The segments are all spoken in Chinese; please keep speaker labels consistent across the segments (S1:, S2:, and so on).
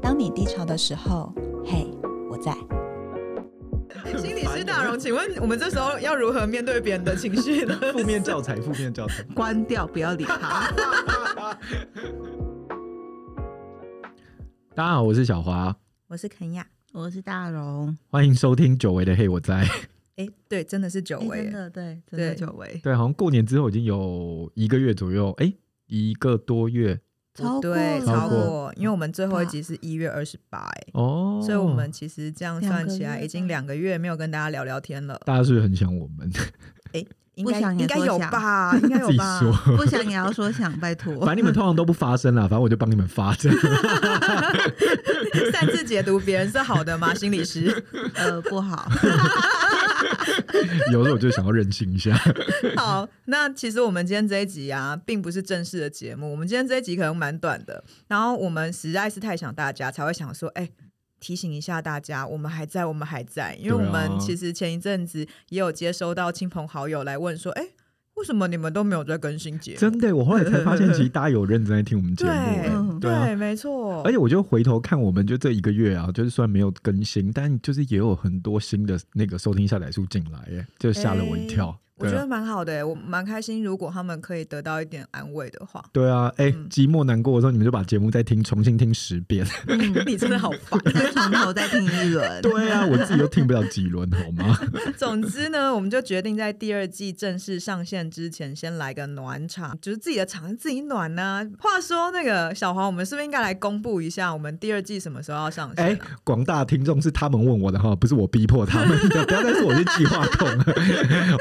S1: 当你低潮的时候，嘿，我在。
S2: 心理师大荣，请问我们这时候要如何面对别人的情绪 呢？
S3: 负面 教材，负面教材。
S4: 关掉，不要理他。
S3: 大家好，我是小华，
S1: 我是肯亚。
S4: 我是大荣，
S3: 欢迎收听久违的《嘿我在》。
S2: 哎、对，真的是久
S4: 哎
S2: 违
S4: 真
S2: 耶、
S4: 的对，真的
S2: 对
S4: 久 违，
S3: 对，好像过年之后已经有一个月左右，哎、一个多月
S4: 超过
S2: 对，
S4: 了
S2: 超
S3: 超
S2: 过，因为我们最后一
S4: 吧
S2: 集是一月二十八，哎，
S3: 哦。
S2: 所以我们其实这样算起
S4: 两个
S2: 来
S4: 月
S2: 已经两个月没有跟大家聊聊天了，
S3: 大家是不是很想我 们，
S2: 应
S4: 不
S2: 该
S4: 想也
S2: 应该
S4: 多
S2: 有
S4: 想
S2: 吧，应该
S3: 自
S2: 有
S3: 己
S2: 吧。
S3: 说。
S4: 不想也要说想，拜托。
S3: 反正你们通常都不发声啦，反正我就帮你们发 声。
S2: 擅自解读别人是好的吗？心理师，
S4: 呃不 好，
S3: 有时候我就想要任性一下。
S2: 好，那其实我们今天这一集啊，并不是正式的节目，我们今天这一集可能蛮短的，然后我们实在是太想大家，才会想说，哎、提醒一下大家，我们还在，我们还在，因为
S3: 对啊
S2: 我们其实前一阵子也有接收到亲朋好友来问说，哎、为什么你们都没有在更新节目？
S3: 真的，我后来才发现，其实大家有认真在听我们节目、
S2: 对
S3: 哎
S4: 嗯
S3: 对啊。
S2: 对，没错，
S3: 而且我就回头看，我们就这一个月啊，就是虽然没有更新，但就是也有很多新的那个收听下载数进来，哎，就吓了我一跳。
S2: 我
S3: 对啊，
S2: 觉得蛮好的、我蛮开心。如果他们可以得到一点安慰的话
S3: 对啊，哎、
S2: 嗯
S3: 寂寞难过的时候，你们就把节目再听，重新听十遍。
S2: 你真的好烦。
S4: 嗯再从头再听一轮。
S3: 对啊， 我自己都听不了几轮，好 吗？
S2: 总之呢，我们就决定在第二季正式上线之前，先来个暖场，就是自己的场自己暖呢、话说那个小黄，我们是不是应该来公布一下，我们第二季什么时候要上
S3: 哎、
S2: 线、啊？
S3: 广大听众是他们问我的哈，不是我逼迫他们 的，不要再说我是计划控了。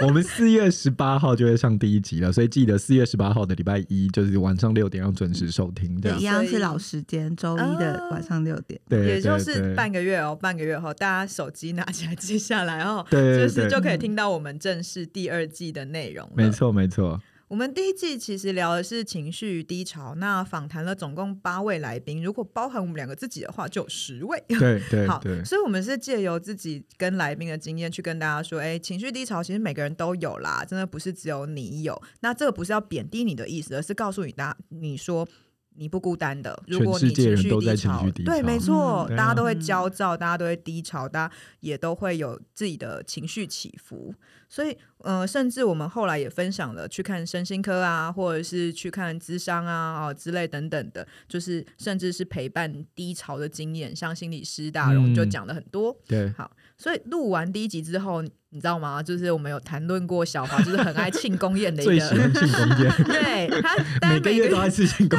S3: 我们四月十八号就会上第一集了，所以记得四月十八号的礼拜一，就是晚上六点要准时收听，这
S4: 对，
S3: 样
S4: 一。样是老时间，周一的晚上六点。
S3: 对，
S2: 也就
S3: 对
S2: 是
S3: 对
S2: 半个月哦，半个月后，大家手机拿起来记下来哦，
S3: 对对
S2: 就是
S3: 对
S2: 就可以听到我们正式第二季的内容了。
S3: 没错没错，
S2: 我们第一季其实聊的是情绪低潮，那访谈了总共八位来宾，如果包含我们两个自己的话，就有十位。
S3: 对对
S2: 好
S3: 对，，
S2: 所以我们是借由自己跟来宾的经验去跟大家说，哎，情绪低潮其实每个人都有啦，真的不是只有你有。那这个不是要贬低你的意思，而是告诉你大你说。你不孤单的，如果你
S3: 全世界人
S2: 绪
S3: 都在
S2: 低潮
S3: 情绪低潮
S2: 对，没错，
S3: 嗯对啊
S2: 大家都会焦躁，大家都会低潮，大家也都会有自己的情绪起伏。所以，呃，甚至我们后来也分享了去看身心科啊，或者是去看咨商啊、哦之类等等的，就是甚至是陪伴低潮的经验，像心理师大荣
S3: 嗯
S2: 就讲了很多。
S3: 对
S2: 所以录完第一集之后，你知道吗？就是我们有谈论过小华，就是很爱庆功宴的一
S3: 最喜欢
S2: 个。
S3: 庆功 宴，
S2: 对 他，但每
S3: 每个月都爱吃庆功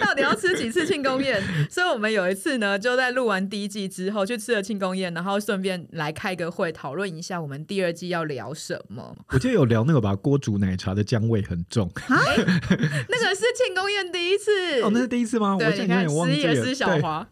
S2: 到底要吃几次庆功宴？所以我们有一次呢，就在录完第一季之后去吃了庆功宴，然后顺便来开个会，讨论一下我们第二季要聊什么。
S3: 我记得有聊那个吧，锅煮奶茶的姜味很重。
S2: 那个是庆功宴第一次，
S3: 哦，那是第一次吗？我
S2: 对，
S3: 现
S2: 你
S3: 在
S2: 看，
S3: 有点忘
S2: 十啊
S3: 记
S2: 也
S3: 了。
S2: 是小
S3: 对
S2: 华，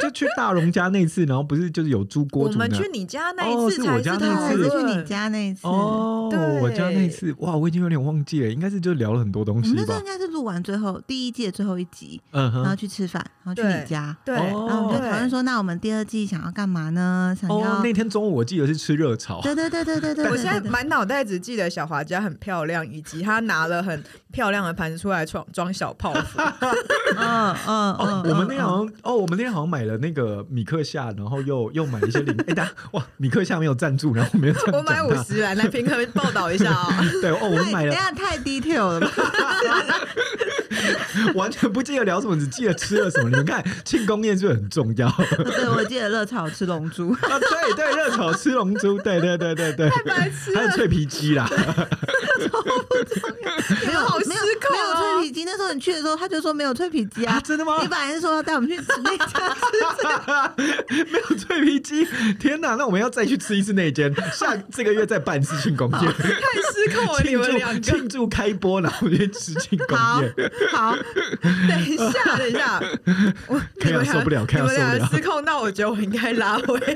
S3: 就去大荣家那一次，然后不是就是有猪锅
S2: 我
S3: 煮
S2: 们
S3: 呢
S2: 去你家那
S3: 哦
S2: 一
S3: 是
S2: 次
S3: 我
S2: 才
S3: 家
S2: 是
S3: 那
S2: 讨
S3: 一次
S4: 对，
S2: 论
S4: 去你家那一次，我
S3: 哦
S2: 对，
S3: 我家那次哇，我已经有点忘记了，应该是就聊了很多东
S4: 们
S3: 西
S4: 那时候
S3: 吧
S4: 应。该是录完最后第一季的最后一集，
S3: 嗯
S4: 然后
S3: 哼，
S4: 去吃饭，然后去
S2: 对
S4: 你家，
S2: 对，
S3: 哦
S4: 然后我们就讨论
S2: 对
S4: 说，那我们第二季想要干嘛呢？想
S3: 哦
S4: 要，
S3: 那天中午我记得是吃热炒，
S2: 嗯
S4: 对对对对对对，
S2: 我现在
S4: 对对对
S2: 满脑袋只记得小华家很漂亮，以及她拿了很漂亮的盘子出来装装小泡 芙。
S4: 嗯嗯
S3: 哦
S4: 嗯，，
S3: 我们那天
S4: 嗯
S3: 好像哦，我们那天好像买了那个米克夏，然后又又买了一些零。哎，大家哇，米克夏没有赞助，然后我没有赞助。
S2: 我买五。十来来平衡报道一下啊、
S3: 对哦，我
S4: 太
S3: 们买
S4: 哎等
S3: 了
S4: 一，下太 detail 了吧？
S3: 完全不记得聊什么，只记得吃了什么。你们 看，庆功宴是不是很重要啊？
S4: 对，我记得热炒吃龙珠，
S3: 对对，热炒吃龙珠，对对对对对，
S2: 白痴
S3: 还有脆皮鸡啦。
S2: 你
S4: 没
S2: 们
S4: 有
S2: 好失
S4: 没有
S2: 控
S4: 没有
S2: 哦
S4: 脆皮鸡。那时候你去的时候，他就说没有脆皮鸡
S3: 啊，
S4: 啊。
S3: 真的吗？
S4: 你本来是说要带我们去吃那家，
S3: 没有脆皮鸡，天哪！那我们要再去吃一次那 间，下这个月再办一次庆功宴，
S2: 太失控了，你
S3: 庆
S2: 们两
S3: 祝
S2: 个。
S3: 庆祝开播，然后我们去吃庆功
S4: 好
S3: 宴。
S4: 好，
S2: 等一下，等一下，我你 们
S3: 看样
S2: 俩
S3: 受不了
S2: 你
S3: 看样
S2: 们俩
S3: 受不了
S2: 失控到我觉得我应该拉回来。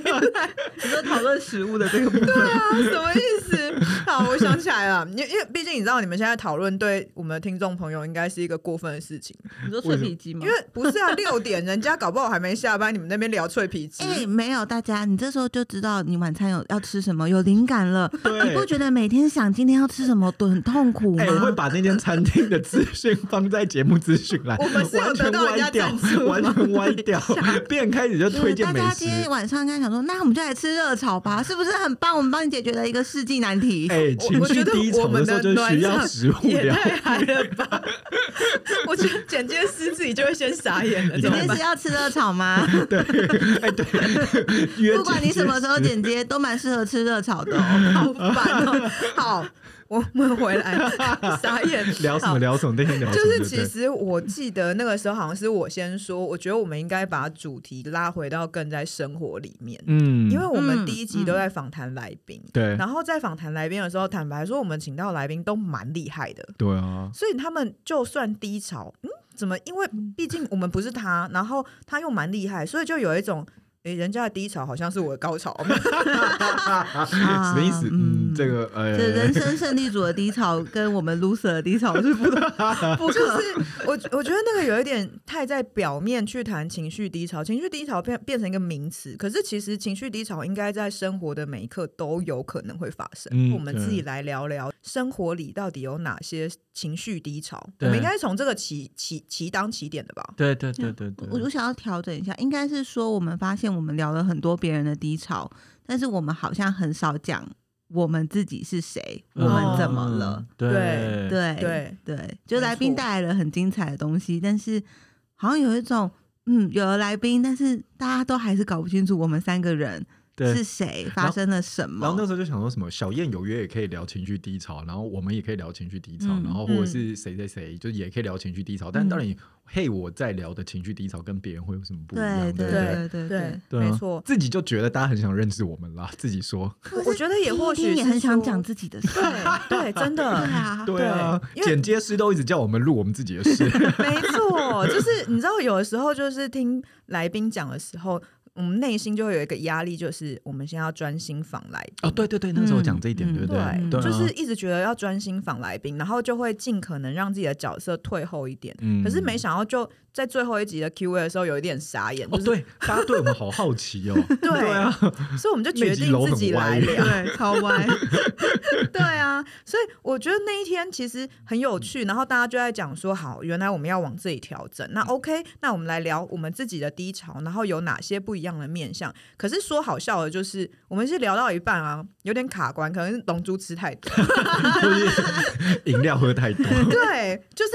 S4: 你说讨论食物的这个部分，
S2: 对啊，什么意思？好，我想起来了，因为因为因为毕竟你知道，你们现在讨论对我们的听众朋友应该是一个过分的事情，
S4: 你说脆皮鸡吗？
S2: 因
S3: 嗯
S2: 为不是啊，六点人家搞不好还没下班，你们那边聊脆皮鸡，
S4: 哎、没有，大家，你这时候就知道你晚餐有要吃什么，有灵感了。你不
S3: 对。
S4: 觉得每天想今天要吃什么都很痛苦吗？
S3: 哎、我会把那间餐厅的资讯放在节目资讯栏，
S2: 我们是有
S3: 完
S2: 得
S3: 全
S2: 到人
S3: 歪
S2: 家
S3: 掉
S2: 赞助，吗
S3: 完全歪 掉，别人开始就
S4: 对
S3: 推荐
S4: 大
S3: 美
S4: 家
S3: 食
S4: 今。天晚上应该想说，那我们就来吃热炒吧，是不是很棒？我们帮你解决了一个世纪难题。
S3: 哎、情
S2: 我
S3: 绪
S2: 觉得
S3: 低
S2: 我
S3: 潮
S2: 们
S3: 时候
S2: 的
S3: 就是需
S2: 暖
S3: 要
S2: 场
S3: 食物
S2: 也
S3: 疗
S2: 太嗨了吧！我觉得剪接师自己就会先傻眼了，
S3: 你
S2: 怎
S4: 今
S2: 么
S4: 天
S2: 办
S4: 是？要吃热炒吗？
S3: 对，哎、对， 约
S4: 不管你什么时候
S3: 姐姐
S4: 剪接，都蛮适合吃热炒的、哦。
S2: 好烦哦！好，我们回来 傻眼
S3: 是聊什么
S2: 好
S3: 聊什么，那天聊什
S2: 就
S3: 么
S2: 是
S3: 哦对
S2: 其
S3: 不对
S2: 实我记得那个时候好像是我先说，我觉得我们应该把主题拉回到更在生活里面，
S3: 嗯，
S2: 因为我们
S4: 嗯
S2: 第一集都在访谈来宾，
S3: 对
S2: 然后在访谈来宾的时候，坦白说，我们请到来宾都蛮厉害的，
S3: 对啊，
S2: 所以他们就算低潮，嗯，怎么？因为毕竟我们不是他，然后他又蛮厉害，所以就有一种。诶，人家的低潮好像是我的高潮，
S3: 什么意思？嗯，
S4: 嗯
S3: 这个呃，
S4: 这人生胜利组的低潮跟我们 loser 的低潮是不 同，不
S2: 就
S4: 可。
S2: 是我我觉得那个有一点太在表面去谈情绪低潮，情绪低潮变变成一个名词，可是其实情绪低潮应该在生活的每一刻都有可能会发生。
S3: 嗯
S2: 我们自己来聊聊生活里到底有哪些情绪低潮，我
S3: 对
S2: 们应该从这个起起起当起点的吧？
S3: 对对对对对，
S4: 我我想要调整一下，应该是说我们发现我们聊了很多别人的低潮，但是我们好像很少讲我们自己是谁，我们怎么了？
S3: 嗯？对
S2: 对
S4: 对
S2: 对
S4: 对，就
S2: 没
S4: 来宾
S2: 错
S4: 带来了很精彩的东西，但是好像有一种嗯，有了来宾，但是大家都还是搞不清楚我们三个人
S3: 对
S4: 是谁，
S3: 然
S4: 发
S3: 后
S4: 生了什么。
S3: 然后那时候就想说什么小燕有约也可以聊情绪低潮，然后我们也可以聊情绪低潮，
S4: 嗯
S3: 然后或者是谁谁谁就是也可以聊情绪低潮，但当然嘿我在聊的情绪低潮跟别人会有什么不一样？
S4: 对
S3: 对不
S4: 对对对
S2: 对
S4: 对，
S3: 对啊
S2: 没错。
S3: 自己就觉得大家很想认识我们啦，自己说，
S2: 我我觉得也或
S4: 听
S2: 许
S4: 听也很想讲
S2: 自
S4: 自己的事。
S2: 对对，真
S4: 对
S2: 的。
S4: 啊，
S3: 对啊，
S2: 因为
S3: 剪接师都一直叫我们录我们自己的事，
S2: 没错，就是你知道，有的时候就是听来宾讲的时候，我们内心就会有一个压力，就是我们现在要专心访来宾。
S3: 哦，对对对，
S4: 嗯
S3: 那时候讲这一点，
S4: 嗯
S3: 对不
S2: 对，
S3: 对啊，
S2: 就是一直觉得要专心访来宾，然后就会尽可能让自己的角色退后一点。
S3: 嗯
S2: 可是没想到，就在最后一集的 Q&A 的时候，有一点傻眼，
S3: 哦，
S2: 就是、
S3: 对，大家对我们好好 奇哦，
S2: 对
S3: 对啊，
S2: 所以我们就决定自己来聊。
S4: 对，超歪。
S2: 对啊，所以我觉得那一天其实很有趣，然后大家就在讲说，好，原来我们要往这里调整。那
S3: 嗯
S2: OK，那我们来聊我们自己的低潮，然后有哪些不一样的面向。可是说好笑的就是，我们是聊到一半啊，有点卡关，可能是龙珠吃太多。
S3: 就是饮料喝太多，
S2: 对，就是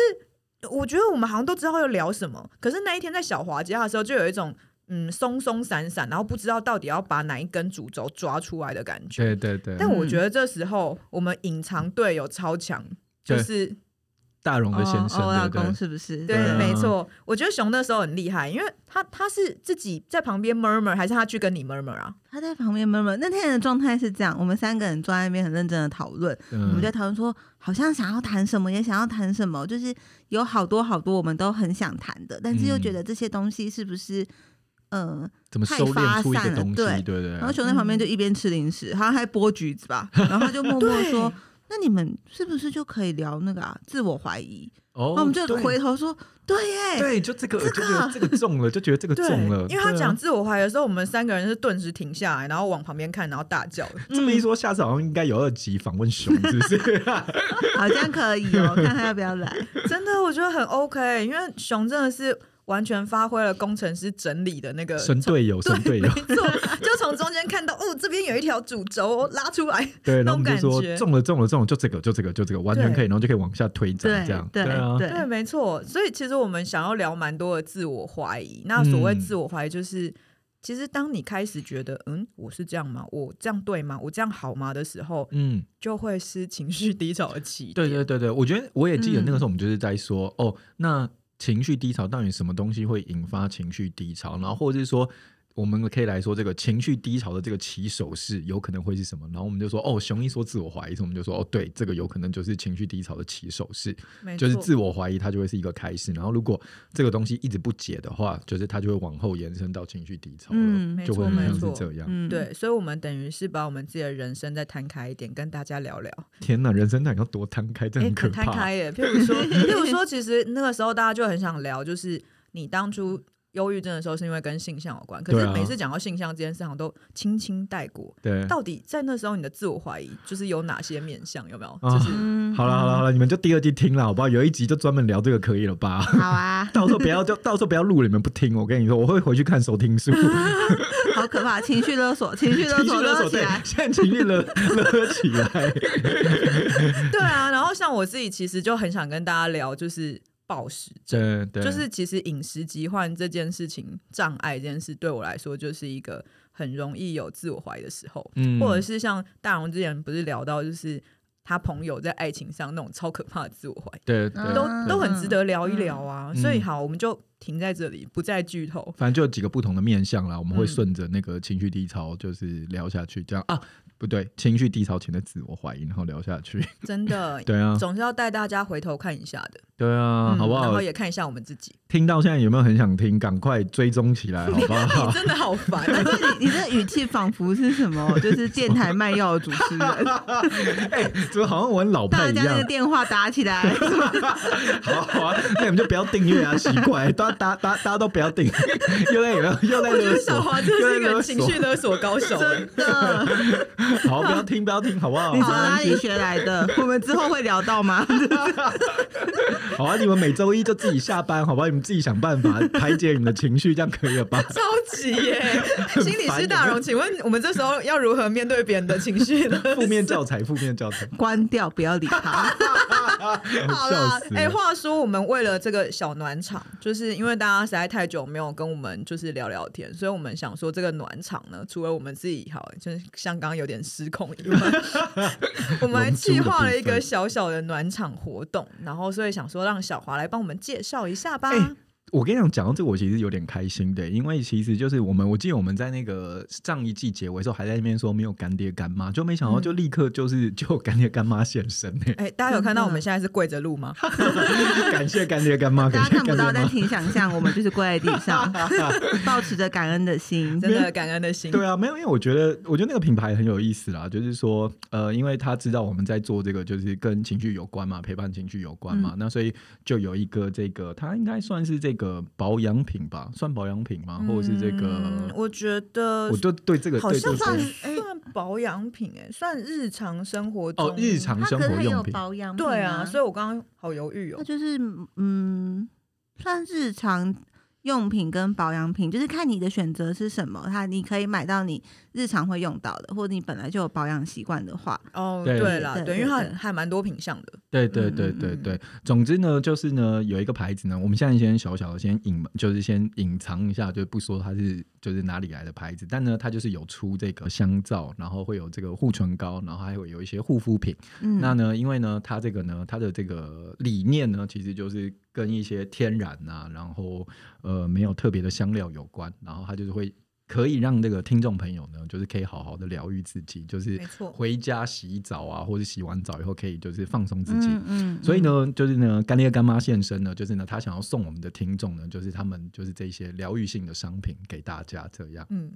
S2: 我觉得我们好像都知道要聊什么，可是那一天在小华家的时候，就有一种。嗯，松松散散，然后不知道到底要把哪一根主轴抓出来的感觉。
S3: 对对对，
S2: 但我觉得这时候我们隐藏队友超强，就
S3: 对
S2: 是
S3: 大荣的先生，
S4: 哦、我老
S3: 对对
S4: 公是不是？
S2: 对，
S3: 对啊
S2: 没错。我觉得熊那时候很厉害，因为他他是自己在旁边 murmur，还是他去跟你 murmur 啊？
S4: 他在旁边闷闷。那天的状态是这样，我们三个人坐在那边很认真的讨论，
S3: 嗯，
S4: 我们就在讨论说，好像想要谈什么，也想要谈什么，就是有好多好多我们都很想谈的，但是又
S3: 嗯
S4: 觉得这些东西是不是，呃，
S3: 怎么收敛出一个东西，
S4: 太发散了对
S3: 对对啊
S4: 然后熊在旁边就一边吃零食，好像还剥橘子吧，然后他就默默 说。那你们是不是就可以聊那个啊？自我怀疑，
S3: 哦
S4: 然后我们就回头说，对耶，
S3: 对，对，就这个，就觉得这个中了，就觉得这个
S2: 对
S3: 中了，，
S2: 因为他
S3: 对啊
S2: 讲。自我怀疑的时候，我们三个人是顿时停下来，然后往旁边看，然后大叫。
S3: 这
S4: 嗯
S3: 么一说，下次好像应该有二集访问熊，是不是？
S4: 好像可以哦，看他要不要来。
S2: 真的，我觉得很 OK，因为熊真的是完全发挥了工程师整理的那个
S3: 神队友，神队
S2: 没
S3: 友，
S2: 错，就从中间看到哦，这边有一条主轴拉出来，
S3: 对，然后我
S2: 那种
S3: 们就
S2: 感
S3: 说
S2: 觉。
S3: 中了，中了，中了，就这个，就这个，就这个，完全
S2: 对
S3: 可以，然后就可以往下推展，这样，
S4: 对
S3: 啊，
S2: 对，没错。所以其实我们想要聊蛮多的自我怀疑。那所
S3: 嗯
S2: 谓自我怀疑，就是、其实当你开始觉得，嗯，我是这样吗？我这样对吗？我这样好吗的时候，
S3: 嗯，
S2: 就会是情绪低潮的起点。
S3: 对对对对，我觉得我也记得那
S2: 嗯
S3: 个时候我们就是在说，哦，那情绪低潮到底什么东西会引发情绪低潮？然后或者是说，我们可以来说，这个情绪低潮的这个起手式有可能会是什么？然后我们就说，哦，熊一说自我怀疑，所以我们就说，哦，对，这个有可能就是情绪低潮的起手式，
S2: 没
S3: 就是
S2: 错
S3: 自我怀疑，它就会是一个开始。然后如果这个东西一直不解的话，就是它就会往后延伸到情绪低潮了，
S4: 嗯
S2: 没
S3: 就会
S2: 错
S3: 很
S2: 没
S3: 像是
S2: 错
S3: 这样。
S4: 嗯，
S2: 对，所以我们等于是把我们自己的人生再摊开一点，跟大家聊聊。
S3: 天哪，人生到底要多摊开，这
S2: 哎，
S3: 很可
S2: 摊
S3: 怕。
S2: 开耶！譬 如说，譬如说，其实那个时候大家就很想聊，就是你当初忧郁症的时候是因为跟性向有关，可
S3: 对
S2: 是
S3: 啊嗯
S2: 每次讲到性向这件事，情都轻轻带过。
S3: 对，
S2: 到底在那时候你的自我怀疑就是有哪些面向？有没有？
S3: 啊
S2: 就是
S4: 嗯，
S3: 好了好了好了，你们就第二季听了好不好？有一集就专门聊这个可以了 吧？，
S4: 好啊
S3: 到时候不要就到时候不要录了，你们不听，我跟你说，我会回去看收听 数。
S4: 好可怕，情绪勒索，情绪勒
S3: 情绪
S4: 索
S3: 勒
S4: 勒
S3: 索，
S4: 起
S3: 对
S4: 来，，
S3: 现在情绪 勒勒起来。
S2: 对啊，然后像我自己其实就很想跟大家聊，就是暴食症。
S3: 对对，
S2: 就是其实饮食疾患这件事情，障碍这件事对我来说，就是一个很容易有自我怀疑的时候，
S3: 嗯
S2: 或者是像大荣之前不是聊到，就是他朋友在爱情上那种超可怕的自我怀疑，
S3: 对对，
S4: 嗯
S2: 啊都
S3: 对
S2: 都很值得聊一聊啊。
S3: 嗯
S2: 所以好，我们就停在这里，不再剧透。
S3: 反正就有几个不同的面向啦，我们会
S2: 嗯
S3: 顺着那个情绪低潮就是聊下去，这样啊，不对，情绪低潮前的自我怀疑，然后聊下 去。
S2: 真的，
S3: 对啊，
S2: 总是要带大家回头看一下的，
S3: 对啊，
S2: 嗯
S3: 好不
S2: 然
S3: 好
S2: 后？也看一下我们自 己。
S3: 听到现在有没有很想听？赶快追踪起来，好 不
S2: 你
S3: 好？
S2: 真的好烦，啊
S4: 但是你你这语气仿佛是什 么，就是电台卖药的主持人，
S3: 哎，怎么好像我很老派
S4: 大
S3: 一
S4: 家那个
S3: 样？啊
S4: 电话打起来，
S3: 好好啊，那你们就不要订阅啊，奇怪，大家大家大家大家都不 要订，又在有没有又在
S2: 我啊觉
S3: 勒
S2: 得小
S3: 索？
S2: 华真的是一
S3: 又在勒
S2: 个
S3: 索
S2: 情绪勒索高手、欸。
S4: 真的，
S3: 好，不要听，不要听，好不好？啊
S4: 你从
S2: 啊
S4: 哪里学来的？我们之后会聊到吗？
S3: 好啊，你们每周一就自己下班，好吧？你们自己想办法排解你们的情绪，这样可以 了吧？
S2: 欸超级 耶！心理师大
S3: 有没有
S2: 荣，请问我们这时候要如何面对别人的情绪呢？
S3: 负面教材，负面教材，
S4: 关掉，不要理 他。
S2: 好
S3: 笑
S2: 啦
S3: 死，了！
S2: 哎、话说我们为了这个小暖场，就是因为大家实在太久没有跟我们就是聊聊天，所以我们想说这个暖场呢，除了我们自己好，就是像刚刚有点失控以 外，我们还计划了一个小小的暖场活动，然后所以想说让小华来帮我们介绍一下吧。
S3: 哎我跟你讲，讲到这个，我其实有点开心的，因为其实就是我们，我记得我们在那个上一季结尾的时候，还在那边说没有干爹干妈，就没想到
S2: 嗯
S3: 就立刻就是就有干爹干妈现身 呢。
S2: 哎、大家有看到
S4: 真的
S2: 我们现在是跪着录
S3: 嗯
S2: 吗？
S3: 感谢干爹干妈，感
S4: 大家
S3: 谢
S4: 看不
S3: 干
S4: 到，
S3: 爹
S4: 但
S3: 干
S4: 请想象，我们就是跪在地上， 抱持着感恩的心。
S2: 真的感恩的心。
S3: 妈。对啊，没有，因为我觉得，我觉得那个品牌很有意思啦，就是说，呃，因为他知道我们在做这个，就是跟情绪有关嘛，陪伴情绪有关
S2: 嗯
S3: 嘛，那所以就有一个这个，它应该算是这个保养品吧，算保养品吗？或者是这
S2: 嗯
S3: 个，
S2: 我觉得
S3: 我就对这个
S2: 好
S3: 对
S2: 像
S3: 这个
S2: 算
S4: 对对
S2: 算保养品哎、算日常生活中
S3: 哦，日常生活用品。
S4: 养
S2: 对啊，所以我刚刚好犹豫哦、
S4: 它嗯就是嗯，算日常用品跟保养品，就是看你的选择是什么。它你可以买到你日常会用到的，或者你本来就有保养习惯的话，
S2: 哦，
S3: 对
S2: 对啦，
S4: 对
S2: 对，因
S4: 对
S2: 为它
S4: 对
S2: 还蛮多品相的，
S3: 对对
S4: 嗯
S3: 对
S4: 嗯
S3: 对
S4: 嗯
S3: 对，总之呢，就是呢，有一个牌子呢，我们现在先小小的先隐瞒，就是先隐藏一下，就不说它是就是哪里来的牌子，但呢，它就是有出这个香皂，然后会有这个护唇膏，然后还会有一些护肤品。
S4: 嗯，
S3: 那呢，因为呢，它这个呢，它的这个理念呢，其实就是跟一些天然啊，然后呃没有特别的香料有关，然后它就是会可以让这个听众朋友呢，就是可以好好的疗愈自己，就是
S2: 没错
S3: 回家洗澡啊，或者洗完澡以后可以就是放松自己。
S4: 嗯嗯，
S3: 所以呢，就是呢，干爹干妈现身呢，就是呢，他想要送我们的听众呢，就是他们就是这些疗愈性的商品给大家这样。
S2: 嗯，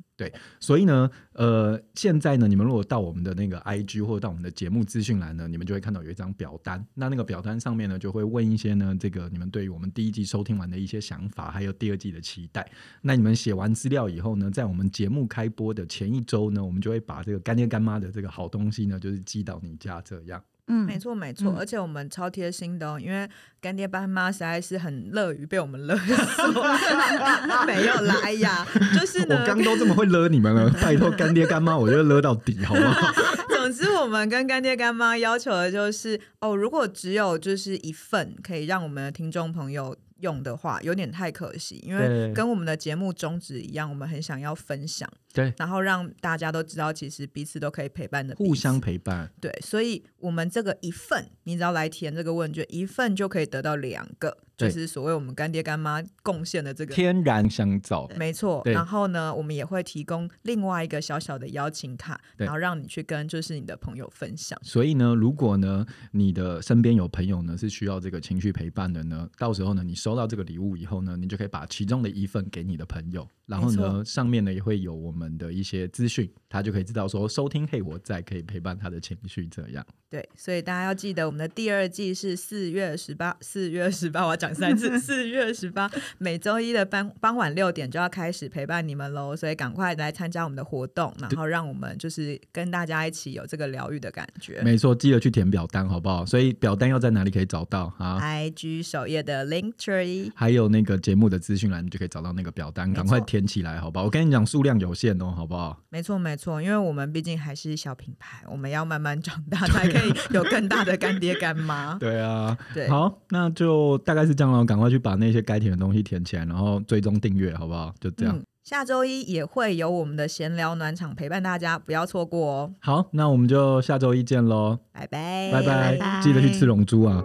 S3: 所以呢，呃，现在呢，你们如果到我们的那个 IG 或者到我们的节目资讯栏呢，你们就会看到有一张表单。那那个表单上面呢，就会问一些呢，这个你们对于我们第一季收听完的一些想法，还有第二季的期待。那你们写完资料以后呢，在我们节目开播的前一周呢，我们就会把这个干爹干妈的这个好东西呢，就是寄到你家这样。
S4: 嗯，
S2: 没错没错，
S4: 嗯
S2: 而且我们超贴心的哦，因为干爹爸妈实在是很乐于被我们勒 索，没有啦，哎呀，就是
S3: 我
S2: 呢，
S3: 刚都这么会勒你们了，拜托干爹干妈，我就勒到底，好不好？
S2: 总之我们跟干爹干妈要求的就是，哦，如果只有就是一份可以让我们的听众朋友。用的话有点太可惜，因
S3: 对
S2: 为跟我们的节目宗旨一样，我们很想要分享，
S3: 对，
S2: 然后让大家都知道，其实彼此都可以陪伴的，
S3: 互相陪伴，
S2: 对，所以我们这个一份，你只要来填这个问卷，一份就可以得到两个就
S3: 对
S2: 是所谓我们干爹干妈贡献的这个
S5: 天然香皂，
S2: 没错，
S3: 对
S2: 然后呢，我们也会提供另外一个小小的邀请卡，
S3: 对
S2: 然后让你去跟就是你的朋友分享。
S3: 所以呢，如果呢你的身边有朋友呢是需要这个情绪陪伴的呢，到时候呢你收到这个礼物以后呢，你就可以把其中的一份给你的朋友，然后
S2: 没
S3: 呢上面呢也会有我们的一些资讯，他就可以知道说收听嘿我在可以陪伴他的情绪这样。
S2: 对，所以大家要记得，我们的第二季是四月十八，四月十八，我要讲三 次，四月十八，每周一的傍傍晚六点就要开始陪伴你们喽，所以赶快来参加我们的活动，然后让我们就是跟大家一起有这个疗愈的感觉。
S3: 没错，记得去填表单好不好？所以表单要在哪里可以找到啊？
S2: IG 首页的 Link Tree，
S3: 还有那个节目的资讯栏，你就可以找到那个表单，
S2: 没错
S3: 赶快填起来，好吧？我跟你讲，数量有限哦，好 不好？
S2: 没错没错，因为我们毕竟还是小品牌，我们要慢慢长大，才可以有更大的干爹干 妈。
S3: 对啊，
S2: 对，
S3: 好，那就大概是这样了，赶快去把那些该填的东西填起来，然后追踪订阅，好不好？就这样。
S2: 嗯，下周一也会有我们的闲聊暖场陪伴大家，不要错过哦，
S3: 好，那我们就下周一见喽，
S2: 哎拜拜，
S3: 拜拜，
S4: 拜拜
S3: 记得去吃龙珠啊。